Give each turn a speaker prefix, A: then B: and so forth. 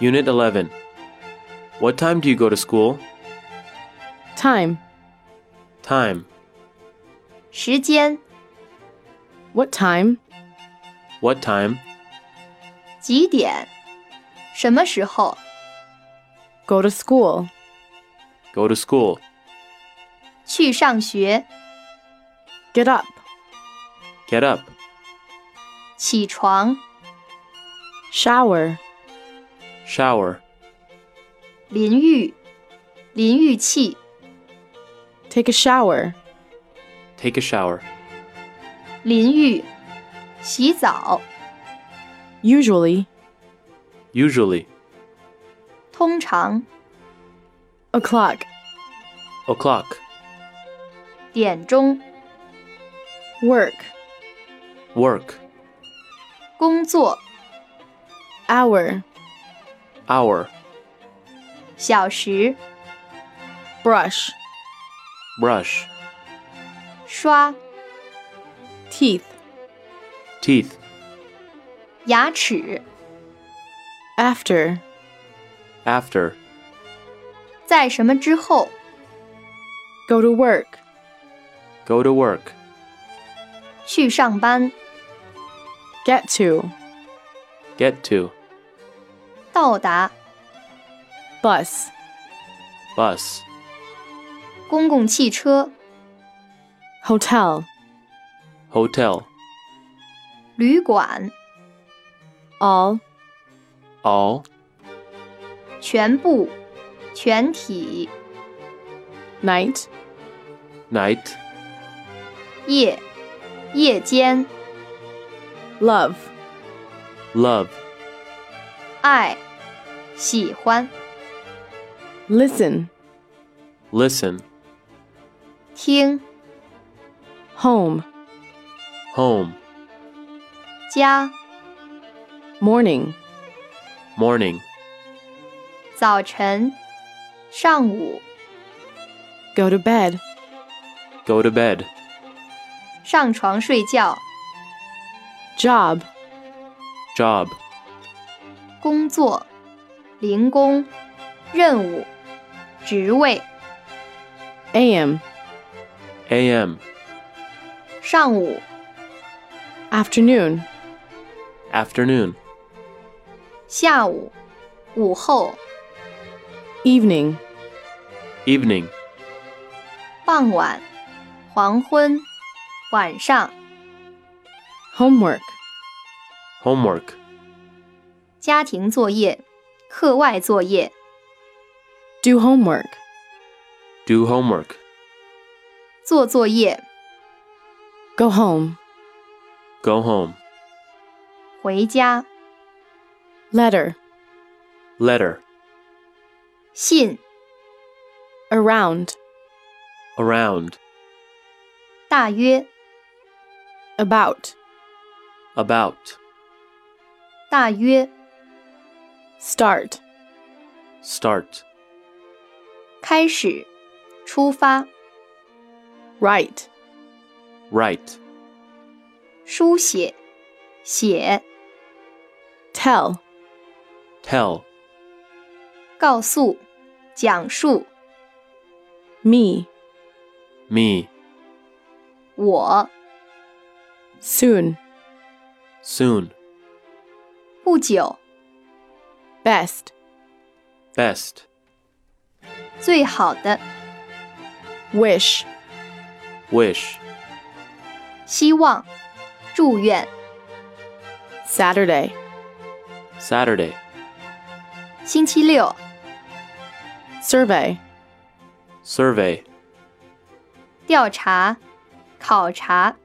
A: Unit 11. What time do you go to school?
B: Time.
A: Time.
C: 时间、
B: What time?
A: What time?
C: 几点、什么时候、
B: Go to school.
A: Go to school.
C: 去上学、
B: Get up.
A: Get up.
C: 起床、
B: Shower.
A: Shower.
C: 淋浴、淋浴器、
B: Take a shower.
A: Take a shower.
C: 淋浴、洗澡、
B: Usually.
A: Usually.
C: 通常、
B: O'clock.
A: O'clock.
C: 点钟、
B: Work.
A: Work.
C: 工作、
B: Hour.
A: Hour.
C: 小时、
B: Brush.
A: Brush.
C: 刷、
B: Teeth.
A: Teeth.
C: 牙齿、
B: After.
A: After.
C: 在什么之后、
B: Go to work.
A: Go to work.
C: 去上班、
B: Get to.
A: Get to.
C: 到达、
B: Bus.
A: Bus.
C: 公共汽车、
B: Hotel.
A: Hotel.
C: 旅馆、
B: All.
A: All.
C: 全部、全体、
B: Night.
A: Night.
C: 夜、夜间、
B: Love.
A: Love.
C: 爱、喜欢、
B: Listen.
A: Listen.
C: 听、
B: Home.
A: Home.
C: 家、
B: Morning.
A: Morning.
C: 早晨、上午、
B: Go to bed.
A: Go to bed.
C: 上床睡觉、
B: Job.
A: Job.
C: 工作、零工、任务、职位、
B: AM.
A: AM.
C: 上午、
B: Afternoon.
A: Afternoon.
C: 下午、午后、
B: Evening.
A: Evening.
C: 傍晚、黄昏、晚上、
B: Homework.
A: Homework.
C: 家庭作业、课外作业、
B: Do homework.
A: Do homework.
C: 做作业、
B: Go home.
A: Go home.
C: 回家、
B: Letter.
A: Letter.
C: 信、
B: Around.
A: Around.
C: 大约、
B: About.
A: About.
C: 大约、
B: Start.
A: Start.
C: 开始、出发、
B: Right.
A: Right.
C: 书写、写、
B: Tell.
A: Tell.
C: 告诉、讲述、
B: Me.
A: Me.
C: 我、
B: Soon.
A: Soon.
C: 不久、
B: Best.
A: Best.
C: 最好的、
B: Wish.
A: Wish.
C: 希望、祝愿、
B: Saturday.
A: Saturday.
C: 星期六、
B: Survey.
A: Survey.
C: 调查、考察、